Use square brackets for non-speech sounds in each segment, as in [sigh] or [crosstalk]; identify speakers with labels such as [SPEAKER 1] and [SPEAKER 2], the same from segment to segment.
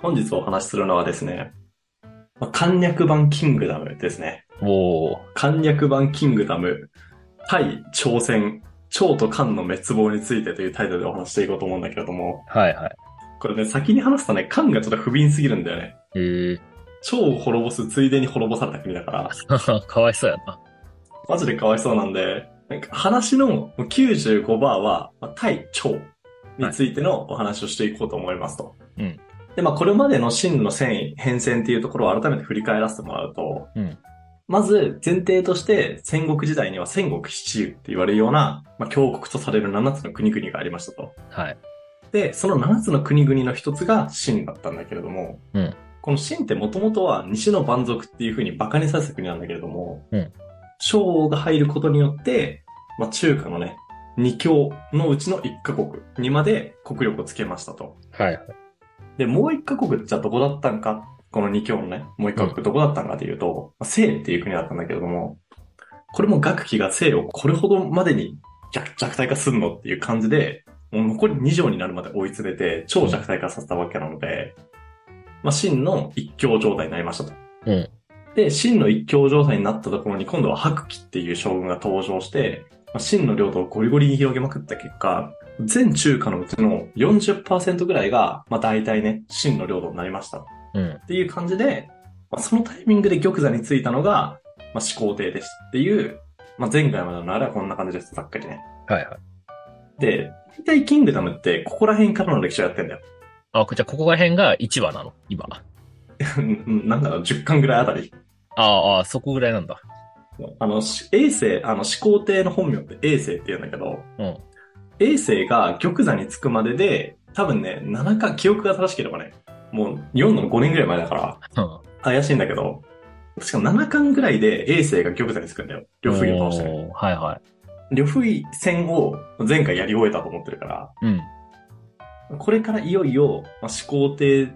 [SPEAKER 1] 本日お話しするのはですね、まあこんにゃく版キングダムですね。
[SPEAKER 2] おー、
[SPEAKER 1] こんにゃく版キングダム、対朝鮮、趙と漢の滅亡についてというタイトルでお話ししていこうと思うんだけれども、
[SPEAKER 2] はいはい。
[SPEAKER 1] これね、先に話すとね、漢がちょっと不憫すぎるんだよね。
[SPEAKER 2] えー、 [laughs]
[SPEAKER 1] 趙を滅ぼすついでに滅ぼされた国だから、
[SPEAKER 2] かわいそうやな。
[SPEAKER 1] マジでかわいそうなんで、なんか話の95%は、まあ、対腸についてのお話をしていこうと思いますと。
[SPEAKER 2] うん
[SPEAKER 1] で、まあこれまでの真の遷移、変遷っていうところを改めて振り返らせてもらうと、
[SPEAKER 2] うん
[SPEAKER 1] まず前提として戦国時代には戦国七雄って言われるような、まあ、強国とされる7つの国々がありましたと。
[SPEAKER 2] はい。
[SPEAKER 1] で、その7つの国々の一つが秦だったんだけれども、
[SPEAKER 2] うん
[SPEAKER 1] この秦ってもともとは西の蛮族っていう風に馬鹿にされた国なんだけれども、
[SPEAKER 2] うん
[SPEAKER 1] 商王が入ることによって、まあ、中華のね、二強のうちの一カ国にまで国力をつけましたと。
[SPEAKER 2] はいはい。
[SPEAKER 1] で、もう一カ国じゃあどこだったんか、この二強のね、もう一カ国どこだったんかというと、まあ清っていう国だったんだけれども、これも学期が清をこれほどまでに弱弱体化すんのっていう感じで、もう残り2条になるまで追い詰めて、超弱体化させたわけなので、まあ、真の一強状態になりましたと。
[SPEAKER 2] うん
[SPEAKER 1] で、真の一強状態になったところに今度は白起っていう将軍が登場して、まあ、真の領土をゴリゴリに広げまくった結果、全中華のうちの40%ぐらいが、まあ大体ね、真の領土になりました。っ
[SPEAKER 2] うん。
[SPEAKER 1] ていう感じで、まあ、そのタイミングで玉座についたのが、まあ始皇帝でしたっていう、まあ前回までのあれはこんな感じです、ざっくりね。
[SPEAKER 2] はいはい。
[SPEAKER 1] で、大体キングダムってここら辺からの歴史をやってんだよ。 [laughs]
[SPEAKER 2] あ、じゃあここら辺が1話なの今。あ
[SPEAKER 1] うんなんだろう、10巻ぐらいあたり。
[SPEAKER 2] あ、あーそこぐらいなん [laughs] だ。
[SPEAKER 1] あの、し永世、あの、始皇帝の本名って永世って言うんだけど、
[SPEAKER 2] うん。
[SPEAKER 1] 永世が玉座につくまでで、多分ね、7か、記憶が正しければね、もう4の5年ぐらい前だから、
[SPEAKER 2] うん
[SPEAKER 1] 怪しいんだけど、確か7巻ぐらいで衛星が玉座につくんだよ。呂不韋を倒してね。
[SPEAKER 2] おーはいは
[SPEAKER 1] 呂不韋戦を前回やり終えたと思ってるから、
[SPEAKER 2] い。うん。
[SPEAKER 1] これからいよいよ、まあ、始皇帝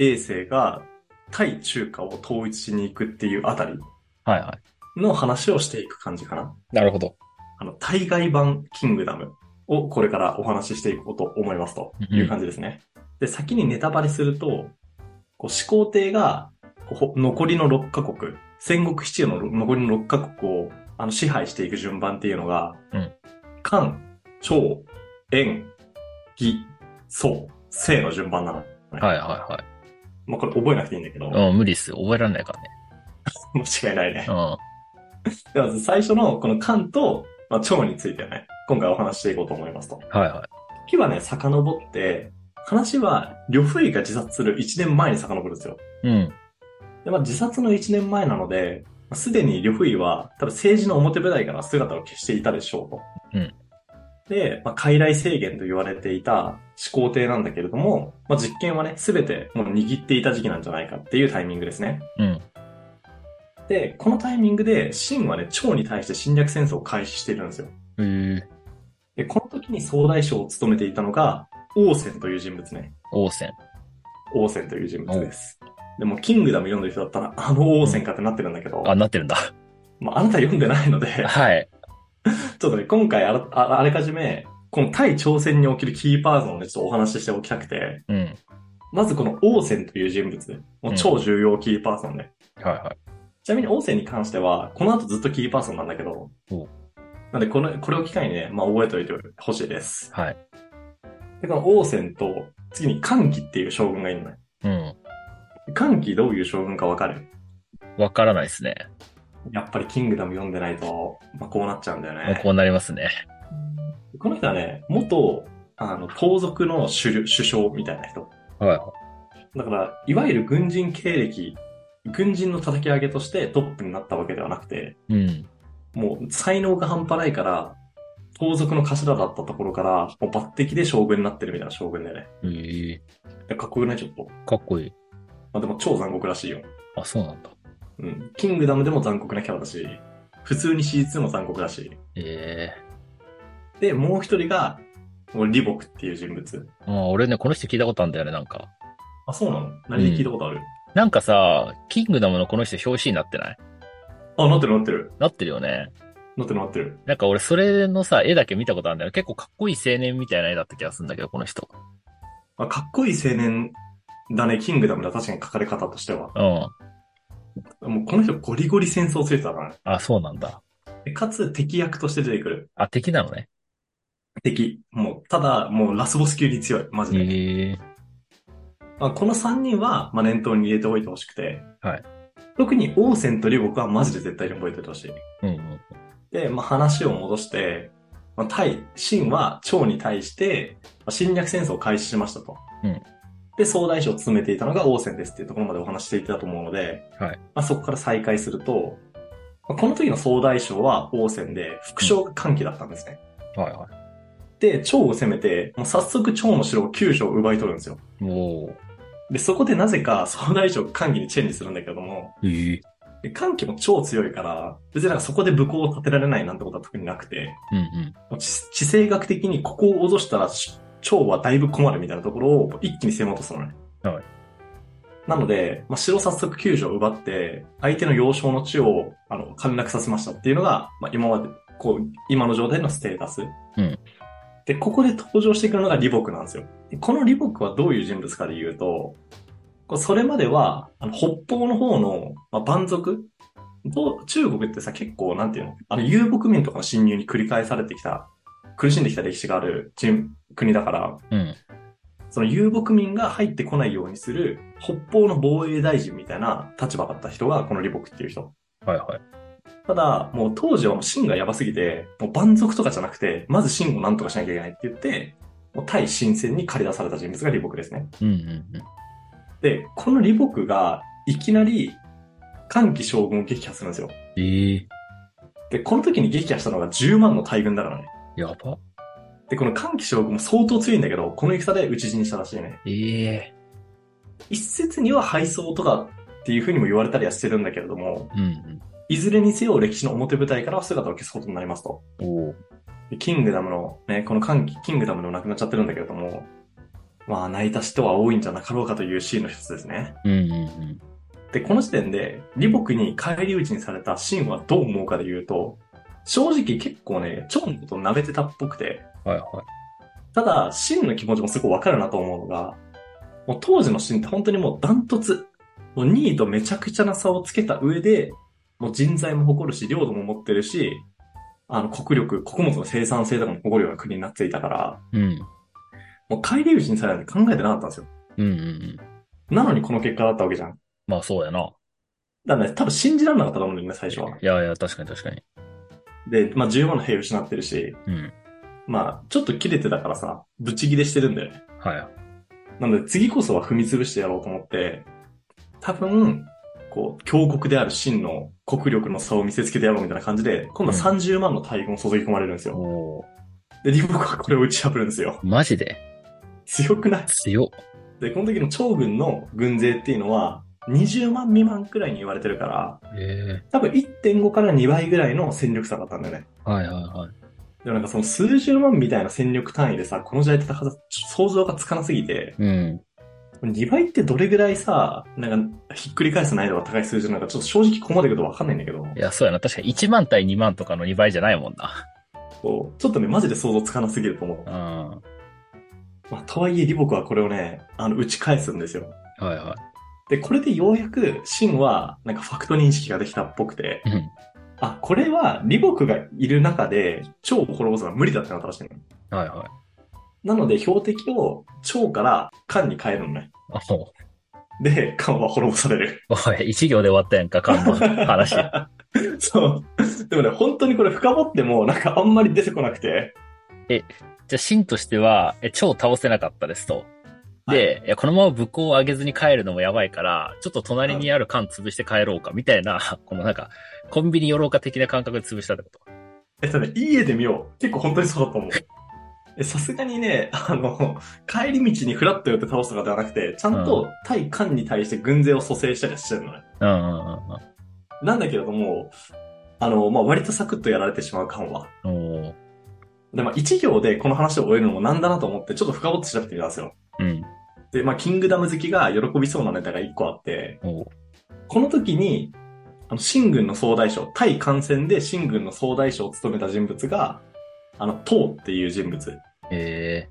[SPEAKER 1] 衛星が対中華を統一しに行くっていうあたり
[SPEAKER 2] はいは
[SPEAKER 1] の話をしていく感じかな。
[SPEAKER 2] い。なるほど。
[SPEAKER 1] あの、対外版キングダムをこれからお話ししていこうと思いますという感じですね。で、先にネタバレすると、こう始皇帝がこう残りの6カ国、戦国七雄の残りの6カ国をあの支配していく順番っていうのが、
[SPEAKER 2] うん
[SPEAKER 1] 漢、趙、燕、魏、宋、清の順番なの。
[SPEAKER 2] はいは
[SPEAKER 1] まあ、これ覚えなくていいんだけど、
[SPEAKER 2] いはい。うん、無理っす。覚えられないからね。
[SPEAKER 1] 間違いないね
[SPEAKER 2] う。ん。
[SPEAKER 1] でまず最初のこの漢と、まあ、趙についてね、今回お話ししていこうと思いますと。
[SPEAKER 2] はいは
[SPEAKER 1] 時はね、遡って、話は、呂不韋が自殺する1年前に遡るんですよ。
[SPEAKER 2] い。うん。
[SPEAKER 1] で、まあ、自殺の1年前なので、まあすでに呂不韋は、多分政治の表舞台から姿を消していたでしょうと。
[SPEAKER 2] うん
[SPEAKER 1] で、まあ、傀儡制限と言われていた始皇帝なんだけれども、まあ、実権はね、すべてもう握っていた時期なんじゃないかっていうタイミングですね。
[SPEAKER 2] うん。
[SPEAKER 1] で、このタイミングで、秦はね、趙に対して侵略戦争を開始してるんですよ。
[SPEAKER 2] えー、
[SPEAKER 1] で、この時に総大将を務めていたのが、王翦という人物ね。
[SPEAKER 2] 王戦。
[SPEAKER 1] 王戦という人物です。でも、キングダム読んでる人だったら、あの王戦かってなってるんだけど、
[SPEAKER 2] あ、なってるん [laughs] だ。
[SPEAKER 1] まあ、あなた読んでない [laughs] ので、
[SPEAKER 2] はい。
[SPEAKER 1] ちょっとね、今回あらああれかじめ、この対朝鮮におけるキーパーソンをね、ちょっとお話ししておきたくて、
[SPEAKER 2] うん。
[SPEAKER 1] まずこの王戦という人物、もう超重要キーパーソンで、
[SPEAKER 2] はいは
[SPEAKER 1] ちなみに王戦に関しては、この後ずっとキーパーソンなんだけど
[SPEAKER 2] お、
[SPEAKER 1] なんでこの、これを機会にね、まあ、覚えておいてほしいです。
[SPEAKER 2] い。はい。
[SPEAKER 1] で、この王戦と、次に歓喜っていう将軍がいるのね。
[SPEAKER 2] うん。
[SPEAKER 1] 歓喜どういう将軍かわかる
[SPEAKER 2] わからないですね。
[SPEAKER 1] やっぱりキングダム読んでないと、まあ、こうなっちゃうんだよ
[SPEAKER 2] もう
[SPEAKER 1] ね。
[SPEAKER 2] こうなりますね。
[SPEAKER 1] この人はね、元、あの、盗賊の首領首相みたいな人。
[SPEAKER 2] はいはい。
[SPEAKER 1] だから、いわゆる軍人経歴、軍人の叩き上げとしてトップになったわけではなくて、
[SPEAKER 2] うん。
[SPEAKER 1] もう才能が半端ないから、盗賊の頭だったところから、もう抜擢で将軍になってるみたいな将軍だよね。
[SPEAKER 2] えー、
[SPEAKER 1] いやかっこよくないちょっと。
[SPEAKER 2] かっこいい。
[SPEAKER 1] まあでも超残酷らしいよ。
[SPEAKER 2] あ、そうなんだ。
[SPEAKER 1] うん。キングダムでも残酷なキャラだし、普通に C2 も残酷だし。
[SPEAKER 2] え
[SPEAKER 1] で、もう一人が、もう李牧っていう人物。
[SPEAKER 2] えー。あ俺ね、この人聞いたことあるんだよね、なんか。
[SPEAKER 1] あ、そうなの何で聞いたことある、
[SPEAKER 2] なんかさ、キングダムのこの人表紙になってない
[SPEAKER 1] あ、なってるなってる。
[SPEAKER 2] なってるよね。
[SPEAKER 1] なってるなってる。
[SPEAKER 2] なんか俺それのさ、絵だけ見たことあるんだよ。結構かっこいい青年みたいな絵だった気がするんだけど、この人。
[SPEAKER 1] あ、かっこいい青年だね、キングダムだ、確かに書かれ方としては。
[SPEAKER 2] うん。
[SPEAKER 1] もうこの人ゴリゴリ戦争してたからね
[SPEAKER 2] あ、そうなんだ。
[SPEAKER 1] で。かつ敵役として出てくる。
[SPEAKER 2] あ、敵なのね。
[SPEAKER 1] 敵。もう、ただ、もうラスボス級に強い。マジで。
[SPEAKER 2] へえ。
[SPEAKER 1] まあ、この3人は、まあ、念頭に入れておいてほしくて。
[SPEAKER 2] はい。
[SPEAKER 1] 特に王セントリー僕はマジで絶対に覚えててほしい。
[SPEAKER 2] うんうん。
[SPEAKER 1] で、まあ、話を戻して、まあ、対、秦は趙に対して、まあ侵略戦争を開始しましたと。
[SPEAKER 2] うん
[SPEAKER 1] で、総大将を務めていたのが王翦ですっていうところまでお話ししていたと思うので、
[SPEAKER 2] はい
[SPEAKER 1] まあ、そこから再開すると、まあこの時の総大将は王翦で、副将が歓喜だったんですね。
[SPEAKER 2] はいは
[SPEAKER 1] で、趙を攻めて、もう早速趙の城を9所を奪い取るんですよ。
[SPEAKER 2] い。おー。
[SPEAKER 1] で、そこでなぜか総大将歓喜にチェンジするんだけども、
[SPEAKER 2] ええ。
[SPEAKER 1] で歓喜も超強いから、別になんかそこで武功を立てられないなんてことは特になくて、
[SPEAKER 2] うんうん。
[SPEAKER 1] 地地政学的にここを脅したらし趙はだいぶ困るみたいなところを一気に攻め落とすのね。
[SPEAKER 2] はい
[SPEAKER 1] なので、まあ、城早速救助を奪って、相手の要衝の地を、あの、陥落させましたっていうのが、まあ、今まで、こう、今の状態のステータス。
[SPEAKER 2] うん
[SPEAKER 1] で、ここで登場してくるのが李牧なんですよ。でこの李牧はどういう人物かで言うと、こうそれまでは、あの北方の方の、まあ、蛮族と中国ってさ、結構、なんていうのあの、遊牧民とかの侵入に繰り返されてきた、苦しんできた歴史がある人国だから、
[SPEAKER 2] うん。
[SPEAKER 1] その遊牧民が入ってこないようにする、北方の防衛大臣みたいな立場だった人が、この李牧っていう人。
[SPEAKER 2] はいはい。
[SPEAKER 1] ただ、もう当時はもう秦がやばすぎて、もう蛮族とかじゃなくて、まず秦をなんとかしなきゃいけないって言って、もう対秦戦に駆り出された人物が李牧ですね。
[SPEAKER 2] うんうんうん。
[SPEAKER 1] で、この李牧が、いきなり、歓喜将軍を撃破するんですよ。
[SPEAKER 2] ええ。
[SPEAKER 1] で、この時に撃破したのが10万の大軍だからね。
[SPEAKER 2] やば。
[SPEAKER 1] で、この歓喜将軍も相当強いんだけど、この戦で討ち死にしたらしいね。
[SPEAKER 2] ええ。
[SPEAKER 1] 一説には敗走とかっていう風にも言われたりはしてるんだけれども、
[SPEAKER 2] うん
[SPEAKER 1] いずれにせよ歴史の表舞台からは姿を消すことになりますと。
[SPEAKER 2] うん。おー。
[SPEAKER 1] でキングダムの、ね、この歓喜、キングダムでもなくなっちゃってるんだけれども、まあ、泣いた人は多いんじゃなかろうかというシーンの一つですね。
[SPEAKER 2] うんうんうん。
[SPEAKER 1] で、この時点で、李牧に返り討ちにされたシーンはどう思うかで言うと、正直結構ね、蝶のこと舐めてたっぽくて、
[SPEAKER 2] はいは
[SPEAKER 1] ただ、真の気持ちもすごいわかるなと思うのが、もう当時の真って本当にもうダントツ、もう2位とめちゃくちゃな差をつけた上で、もう人材も誇るし、領土も持ってるし、あの、国力、穀物の生産性とかも誇るような国になっていたから、
[SPEAKER 2] い。うん。
[SPEAKER 1] もう帰り討ちにされるなんて考えてなかったんですよ。
[SPEAKER 2] うんうんうん。
[SPEAKER 1] なのにこの結果だったわけじゃん。
[SPEAKER 2] まあそうやな。
[SPEAKER 1] だからね、多分信じられなかったと思うんだよね、最初は。
[SPEAKER 2] いやいや、確かに確かに。
[SPEAKER 1] で、まあ10万の兵を失ってるし、
[SPEAKER 2] うん。
[SPEAKER 1] まあちょっと切れてたからさ、ブチ切れしてるんだよね。
[SPEAKER 2] は
[SPEAKER 1] なので次こそは踏み潰してやろうと思って、多分、こう、強国である真の国力の差を見せつけてやろうみたいな感じで、今度は30万の大軍を注ぎ込まれるんです
[SPEAKER 2] い。
[SPEAKER 1] よ。
[SPEAKER 2] おー。
[SPEAKER 1] で、李牧はこれを打ち破るんですよ。
[SPEAKER 2] マジで
[SPEAKER 1] 強くない
[SPEAKER 2] 強っ。
[SPEAKER 1] で、この時の趙軍の軍勢っていうのは、20万未満くらいに言われてるから、
[SPEAKER 2] え
[SPEAKER 1] 多分1.5から2倍ぐらいの戦力差だったんだよね。
[SPEAKER 2] えはいはいはい。
[SPEAKER 1] でもなんかその数十万みたいな戦力単位でさ、この時代戦う想像がつかなすぎて、
[SPEAKER 2] うん。
[SPEAKER 1] 2倍ってどれぐらいさ、なんか、ひっくり返す難易度が高い数字なのか、ちょっと正直ここまで言うとわかんないんだけど、
[SPEAKER 2] いや、そうやな。確かに1万対2万とかの2倍じゃないもんな。
[SPEAKER 1] こうちょっとね、マジで想像つかなすぎると思う。
[SPEAKER 2] [laughs] うん。
[SPEAKER 1] まあ、とはいえ、李牧はこれをね、あの、打ち返すんですよ。
[SPEAKER 2] はいは
[SPEAKER 1] で、これでようやく、秦は、なんかファクト認識ができたっぽくて、
[SPEAKER 2] い。うん。
[SPEAKER 1] あ、これは、李牧がいる中で、趙を滅ぼすのは無理だってなったらしいの。
[SPEAKER 2] はいはい。
[SPEAKER 1] なので、標的を趙から漢に変えるのね。
[SPEAKER 2] あ、も
[SPEAKER 1] で、漢は滅ぼされる。
[SPEAKER 2] う、 [laughs] おい、一行で終わったやんか、看板の [laughs] 話。
[SPEAKER 1] [laughs] そう。でもね、本当にこれ深掘っても、なんかあんまり出てこなくて、
[SPEAKER 2] じゃあ、シンとしては、え、超倒せなかったですと。
[SPEAKER 1] はい
[SPEAKER 2] で、いやこのまま武功を上げずに帰るのもやばいから、ちょっと隣にある缶潰して帰ろうか、みたいな、 [laughs] このなんか、コンビニ寄ろうか的な感覚で潰したってこと。
[SPEAKER 1] えっとね、いい絵で見よう。結構本当にそうだと思う。えさすがにね、あの、帰り道にフラッと寄って倒すとかではなくて、ちゃんと対艦に対して軍勢を蘇生したりはしてるのね。
[SPEAKER 2] うんうんうんうん。
[SPEAKER 1] なんだけれども、あの、まあ、割とサクッとやられてしまう感は。
[SPEAKER 2] おー
[SPEAKER 1] で、まあ、一行でこの話を終えるのもなんだなと思って、ちょっと深掘って調べてみたんですよ。
[SPEAKER 2] うん。
[SPEAKER 1] で、まあ、キングダム好きが喜びそうなネタが一個あって、
[SPEAKER 2] おー
[SPEAKER 1] この時に、あの、秦軍の総大将、対艦戦で秦軍の総大将を務めた人物が、あの、唐っていう人物。
[SPEAKER 2] え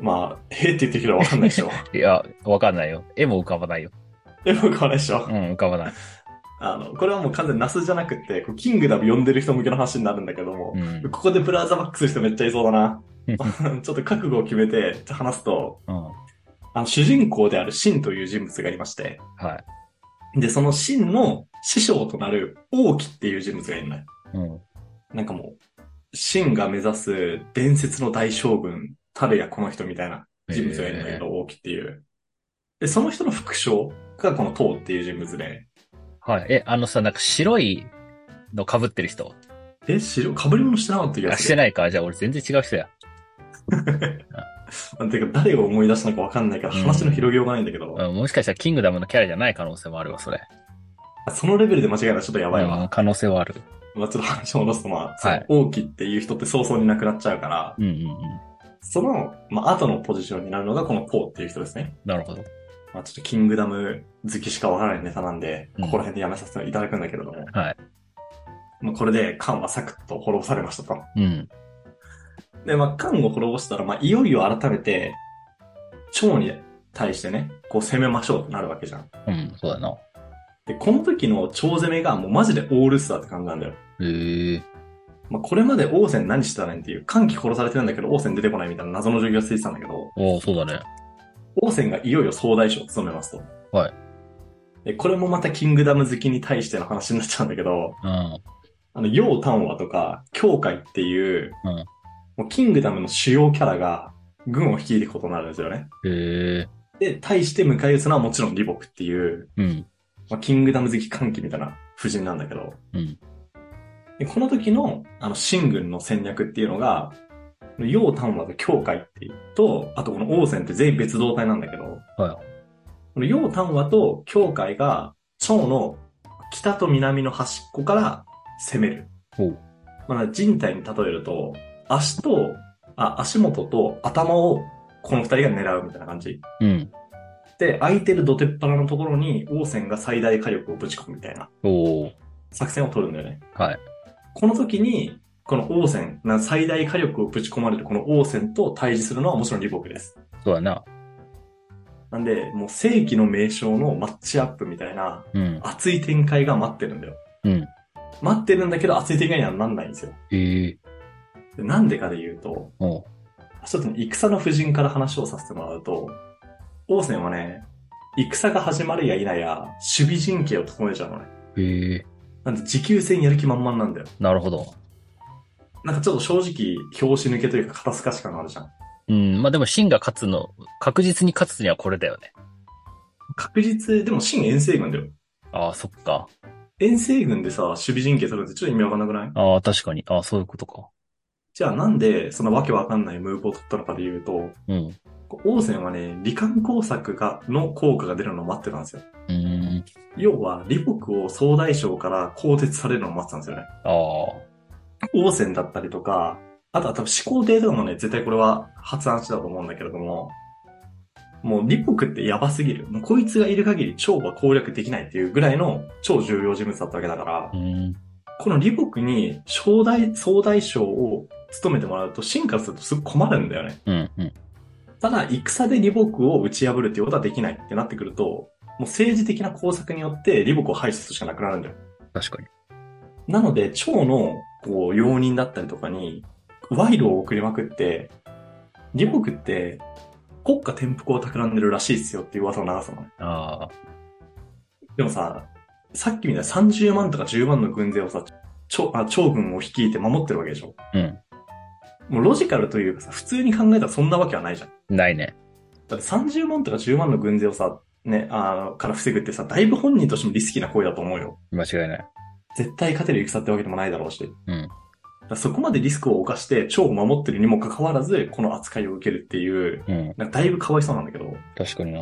[SPEAKER 1] まあ、へえって言ってるけどわかんないでしょ。 [laughs]
[SPEAKER 2] いや、わかんないよ。絵も浮かばないよ。
[SPEAKER 1] でもわかんないでしょ
[SPEAKER 2] う。ん、浮かばない。
[SPEAKER 1] あの、これはもう完全にナスじゃなくて、こうキングダム呼んでる人向けの話になるんだけども
[SPEAKER 2] う、ん。
[SPEAKER 1] [laughs] ここでブラウザバックする人めっちゃいそうだな。 [laughs] ちょっと覚悟を決めて話すと、
[SPEAKER 2] うん。は
[SPEAKER 1] あの主人公であるシンという人物がいまして、
[SPEAKER 2] い。
[SPEAKER 1] で、そのシンの師匠となる王毅っていう人物がいるのよ。
[SPEAKER 2] うん。
[SPEAKER 1] なんかもう、シンが目指す伝説の大将軍、たるやこの人みたいな人物がいるんだけど、王毅っていう。で、その人の副将がこの唐っていう人物で、
[SPEAKER 2] はい。え、あのさ、なんか白いの被ってる人。
[SPEAKER 1] え、白、被り物してなかった気
[SPEAKER 2] あ、
[SPEAKER 1] が
[SPEAKER 2] し
[SPEAKER 1] す
[SPEAKER 2] て
[SPEAKER 1] る。
[SPEAKER 2] ないか。じゃあ俺全然違う人や。
[SPEAKER 1] なんていうか、誰を思い出したのかわかんないから、
[SPEAKER 2] うん
[SPEAKER 1] 話の広げようがないんだけど、
[SPEAKER 2] うん、もしかしたらキングダムのキャラじゃない可能性もあるわ、それ。
[SPEAKER 1] そのレベルで間違えたらちょっとやばいわ。
[SPEAKER 2] うん可能性はある。
[SPEAKER 1] まあ、ちょっと話を戻すと、まあ、そ
[SPEAKER 2] は
[SPEAKER 1] の
[SPEAKER 2] い、
[SPEAKER 1] 王毅っていう人って早々に亡くなっちゃうから、
[SPEAKER 2] うんうんうん。
[SPEAKER 1] その、まあ、後のポジションになるのがこのポーっていう人ですね。
[SPEAKER 2] なるほど。
[SPEAKER 1] まあ、ちょっとキングダム好きしかわからないネタなんで、
[SPEAKER 2] うん
[SPEAKER 1] ここら辺でやめさせていただくんだけれども、
[SPEAKER 2] はい。
[SPEAKER 1] まあ、これでカンはサクッと滅ぼされましたと。
[SPEAKER 2] うん。
[SPEAKER 1] で、まあ、カンを滅ぼしたら、まあ、いよいよ改めて、蝶に対してね、こう攻めましょうとなるわけじゃん。
[SPEAKER 2] うん、そうだな。
[SPEAKER 1] で、この時の蝶攻めがもうマジでオールスターって感じなんだよ。
[SPEAKER 2] へえ。
[SPEAKER 1] まあ、これまで王戦何してたねんっていう、歓喜殺されてるんだけど王戦出てこないみたいな謎の授業がついてたんだけど、
[SPEAKER 2] おおそうだね。
[SPEAKER 1] 王戦がいよいよ総大将を務めますと。
[SPEAKER 2] はい。
[SPEAKER 1] で、これもまたキングダム好きに対しての話になっちゃうんだけど、
[SPEAKER 2] うん。
[SPEAKER 1] あの、楊丹和とか、教会っていう、
[SPEAKER 2] うん
[SPEAKER 1] もうキングダムの主要キャラが、軍を率いていくことになるんですよね。
[SPEAKER 2] へえ。
[SPEAKER 1] で、対して迎え撃つのはもちろん李牧っていう、
[SPEAKER 2] うん。
[SPEAKER 1] まあ、キングダム好き歓喜みたいな夫人なんだけど、
[SPEAKER 2] うん。
[SPEAKER 1] でこの時の、あの、秦軍の戦略っていうのが、楊丹和と教会っていうと、あとこの王戦って全員別動隊なんだけど、
[SPEAKER 2] は
[SPEAKER 1] この楊丹和と教会が、趙の北と南の端っこから攻める。
[SPEAKER 2] ほう
[SPEAKER 1] まあ、人体に例えると、足と、あ、足元と頭をこの二人が狙うみたいな感じ。
[SPEAKER 2] い。うん。
[SPEAKER 1] で、空いてる土手っ腹のところに王戦が最大火力をぶち込むみたいな
[SPEAKER 2] おお
[SPEAKER 1] 作戦を取るんだよね。
[SPEAKER 2] はい。
[SPEAKER 1] この時に、この王戦、な最大火力をぶち込まれるこの王戦と対峙するのはもちろん李牧です。
[SPEAKER 2] そうだな。
[SPEAKER 1] なんで、もう世紀の名将のマッチアップみたいな
[SPEAKER 2] うん。
[SPEAKER 1] 熱い展開が待ってるんだよ。
[SPEAKER 2] うん。
[SPEAKER 1] 待ってるんだけど熱い展開にはなんないんですよ。
[SPEAKER 2] へえ。
[SPEAKER 1] でなんでかで言うと、
[SPEAKER 2] おう
[SPEAKER 1] ちょっとね戦の婦人から話をさせてもらうと、王戦はね、戦が始まるや否や、守備陣形を整えちゃうのね。
[SPEAKER 2] へえ。
[SPEAKER 1] なんで持久戦やる気満々なんだよ。
[SPEAKER 2] なるほど。
[SPEAKER 1] なんかちょっと正直、表紙抜けというか肩透かし感があるじゃん。
[SPEAKER 2] うん。まあ、でも、シンが勝つの、確実に勝つにはこれだよね。
[SPEAKER 1] 確実、でも新遠征軍だよ。
[SPEAKER 2] ああ、そっか。
[SPEAKER 1] 遠征軍でさ、守備陣形取るってちょっと意味わかんなくない
[SPEAKER 2] ああ、確かに。ああ、そういうことか。
[SPEAKER 1] じゃあなんで、そのわけわかんないムーブを取ったのかで言うと、
[SPEAKER 2] うん。う
[SPEAKER 1] 王戦はね、罹患工作が、の効果が出るのを待ってたんですよ。
[SPEAKER 2] ーん。
[SPEAKER 1] 要は、李牧を総大将から更迭されるのを待ってたんですよね。
[SPEAKER 2] ああ。
[SPEAKER 1] 王戦だったりとか、あとは多分始皇帝とかもね、絶対これは発案してたと思うんだけれども、もう李牧ってやばすぎる。もうこいつがいる限り趙は攻略できないっていうぐらいの超重要人物だったわけだから
[SPEAKER 2] う、ん。
[SPEAKER 1] この李牧に小大、総大将を務めてもらうと進化するとすごく困るんだよね。
[SPEAKER 2] うん。うん。
[SPEAKER 1] ただ、戦で李牧を打ち破るっていうことはできないってなってくると、もう政治的な工作によって李牧を排除するしかなくなるんだよ。
[SPEAKER 2] 確かに。
[SPEAKER 1] なので、趙の、こう、容認だったりとかに、賄賂を送りまくって、李牧って、国家転覆を企んでるらしいっすよっていう噂を流すのね。
[SPEAKER 2] ああ。
[SPEAKER 1] でもさ、さっきみたいな30万とか10万の軍勢をさ、趙、あ、趙軍を率いて守ってるわけでしょ。
[SPEAKER 2] うん。
[SPEAKER 1] もうロジカルというかさ、普通に考えたらそんなわけはないじゃん。
[SPEAKER 2] ないね。
[SPEAKER 1] だって30万とか10万の軍勢をさ、ね、あーから防ぐってさ、だいぶ本人としてもリスキーな行為だと思うよ。
[SPEAKER 2] 間違いない。
[SPEAKER 1] 絶対勝てる戦ってわけでもないだろうし。
[SPEAKER 2] うん
[SPEAKER 1] だからそこまでリスクを冒して、超を守ってるにもかかわらず、この扱いを受けるっていう、
[SPEAKER 2] うん。
[SPEAKER 1] なんかだいぶかわいそうなんだけど、
[SPEAKER 2] 確かにな。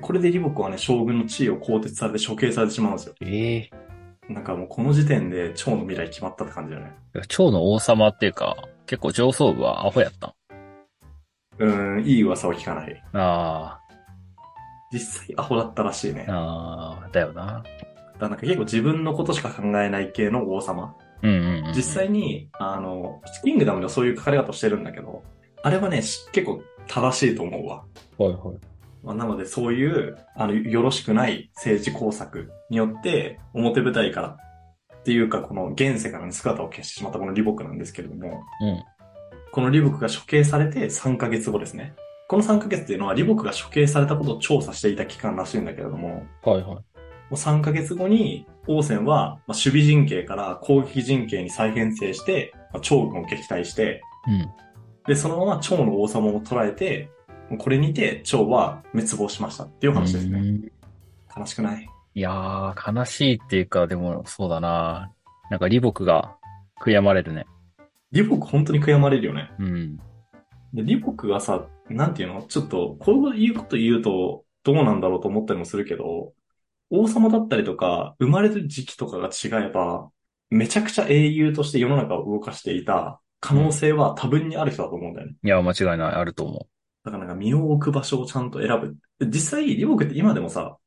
[SPEAKER 1] これで李牧はね、将軍の地位を更迭されて処刑されてしまうんですよ。
[SPEAKER 2] ええ
[SPEAKER 1] なんかもうこの時点で超の未来決まったって感じだよね。
[SPEAKER 2] 蝶の王様っていうか、結構上層部はアホやったん。
[SPEAKER 1] うーん、いい噂は聞かない。
[SPEAKER 2] あ
[SPEAKER 1] 実際アホだったらしいね。
[SPEAKER 2] あ。
[SPEAKER 1] だか
[SPEAKER 2] ああ。だよな。
[SPEAKER 1] らなんか結構自分のことしか考えない系の王様。
[SPEAKER 2] うんうん、うん。
[SPEAKER 1] 実際に、あの、キングダムではそういう書かれ方をしてるんだけど、あれはね、し結構正しいと思うわ。
[SPEAKER 3] はいはい。
[SPEAKER 1] まあ、なので、そういう、あの、よろしくない政治工作によって、表舞台から、っていうか、この現世からの姿を消してしまったこの李牧なんですけれども、
[SPEAKER 2] うん。
[SPEAKER 1] この李牧が処刑されて3ヶ月後ですね。この3ヶ月っていうのは李牧が処刑されたことを調査していた期間らしいんだけれども、も
[SPEAKER 3] はいは
[SPEAKER 1] う3ヶ月後に、王翦は、まあ、守備陣形から攻撃陣形に再編成して、まあ、趙軍を撃退して、
[SPEAKER 2] うん。
[SPEAKER 1] で、そのまま趙の王様を捕らえて、もうこれにて趙は滅亡しましたっていう話ですね。
[SPEAKER 2] うん
[SPEAKER 1] 悲しくない
[SPEAKER 2] いやー、悲しいっていうか、でもそうだな。なんか李牧が悔やまれるね。
[SPEAKER 1] 李牧本当に悔やまれるよね。
[SPEAKER 2] うん。
[SPEAKER 1] で、李牧がさ、なんていうのちょっと、こういうこと言うと、どうなんだろうと思ったりもするけど、王様だったりとか、生まれる時期とかが違えば、めちゃくちゃ英雄として世の中を動かしていた可能性は多分にある人だと思うんだよね。
[SPEAKER 2] いや、間違いない。あると思
[SPEAKER 1] だからなんか身を置く場所をちゃんと選ぶ。実際、李牧って今でもさ、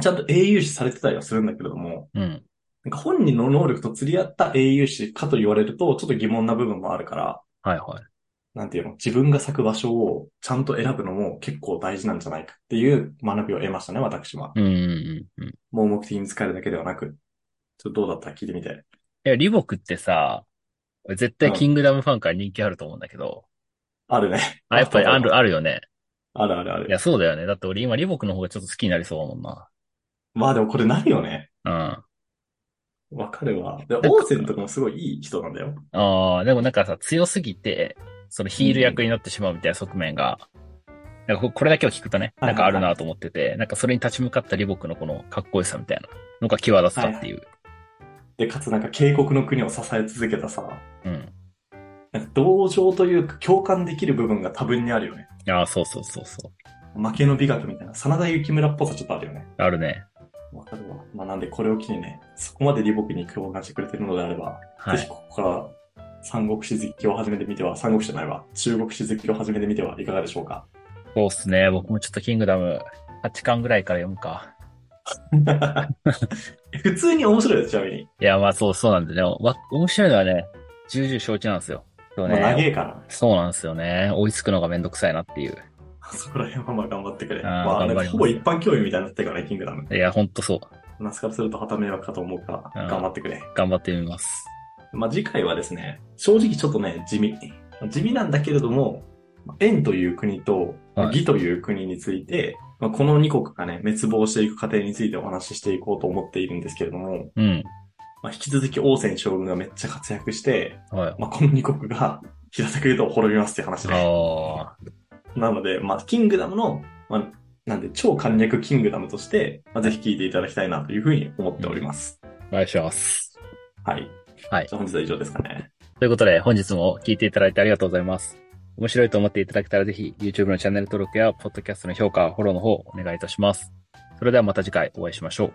[SPEAKER 1] ちゃんと英雄視されてたりはするんだけれども、
[SPEAKER 2] う。うん。
[SPEAKER 1] なんか本人の能力と釣り合った英雄視かと言われると、ちょっと疑問な部分もあるから、
[SPEAKER 2] はいはい。
[SPEAKER 1] なんていうの、自分が咲く場所をちゃんと選ぶのも結構大事なんじゃないかっていう学びを得ましたね、私は。
[SPEAKER 2] うんうんうん。い
[SPEAKER 1] 盲目的に使えるだけではなく。ちょっとどうだった聞いてみて。
[SPEAKER 2] や、李牧ってさ、絶対
[SPEAKER 1] うん
[SPEAKER 2] キングダムファンから人気あると思うんだけど。
[SPEAKER 1] あるね。 [laughs]
[SPEAKER 2] あ、やっぱりある、
[SPEAKER 1] あ
[SPEAKER 2] あるよね。
[SPEAKER 1] るあるあ
[SPEAKER 2] い
[SPEAKER 1] る。
[SPEAKER 2] や、そうだよね。だって俺今李牧の方がちょっと好きになりそうだもんな。
[SPEAKER 1] まあでもこれなるよね。
[SPEAKER 2] うん。
[SPEAKER 1] わかるわ。で、
[SPEAKER 2] か
[SPEAKER 1] 王戦とかもすごいいい人なんだよ。
[SPEAKER 2] ああ、でもなんかさ、強すぎて、そのヒール役になってしまうみたいな側面が、なんかここれだけを聞くとね、
[SPEAKER 1] はいは
[SPEAKER 2] なん
[SPEAKER 1] い
[SPEAKER 2] かあるなと思ってて、なんかそれに立ち向かった李牧のこのかっこよさみたいなのが際立ったっていう。
[SPEAKER 1] で、かつなんか警告の国を支え続けたさ、
[SPEAKER 2] うん。
[SPEAKER 1] なんか同情というか共感できる部分が多分にあるよね。
[SPEAKER 2] ああ、そうそうそうそう。
[SPEAKER 1] 負けの美学みたいな、真田幸村っぽさちょっとあるよね。
[SPEAKER 2] あるね。
[SPEAKER 1] わかるわ。まあなんでこれを機にね、そこまで李牧に共感してくれてるのであれば、
[SPEAKER 2] は
[SPEAKER 1] ぜひ
[SPEAKER 2] い。
[SPEAKER 1] ここから三国志好きを始めてみては、三国志じゃないわ、中国志好きを始めてみてはいかがでしょう
[SPEAKER 2] [laughs]
[SPEAKER 1] か。
[SPEAKER 2] そうっすね。僕もちょっとキングダム8巻ぐらいから読むか。
[SPEAKER 1] 普通に面白いよ、ちなみに。
[SPEAKER 2] いや、まあそうそうなんでね。わ、面白いのはね、重々承知なんですよ。そう
[SPEAKER 1] まあ、長
[SPEAKER 2] ね。
[SPEAKER 1] えから、
[SPEAKER 2] そうなんですよね。追いつくのがめんどくさいなっていう。
[SPEAKER 1] そこら辺はまあ頑張ってくれ。
[SPEAKER 2] あー
[SPEAKER 1] まあ、
[SPEAKER 2] 頑張ります
[SPEAKER 1] ほぼ一般教員みたいになってるからね、キングダム。
[SPEAKER 2] いや、ほんとそう。
[SPEAKER 1] ナスからすると旗迷惑かと思うから、
[SPEAKER 2] うん
[SPEAKER 1] 頑張ってくれ。
[SPEAKER 2] 頑張ってみます。
[SPEAKER 1] まあ次回はですね、正直ちょっとね、地味。地味なんだけれども、円という国と
[SPEAKER 2] はい
[SPEAKER 1] 義という国について、まあ、この2国がね、滅亡していく過程についてお話ししていこうと思っているんですけれども、
[SPEAKER 2] うん。
[SPEAKER 1] まあ、引き続き王翦将軍がめっちゃ活躍して、
[SPEAKER 2] はい。
[SPEAKER 1] まあ、この2国が [laughs] 平たく言うと滅びますっていう話で。
[SPEAKER 2] ああ。
[SPEAKER 1] なので、まあ、キングダムの、まあ、なんで超簡略キングダムとして、まあ、ぜひ聞いていただきたいなというふうに思っております。
[SPEAKER 2] お願いします。
[SPEAKER 1] はい。
[SPEAKER 2] はい
[SPEAKER 1] じゃあ本日は以上ですかね。
[SPEAKER 2] ということで、本日も聞いていただいてありがとうございます。面白いと思っていただけたらぜひ、YouTube のチャンネル登録や、Podcast の評価、フォローの方、お願いいたします。それではまた次回お会いしましょう。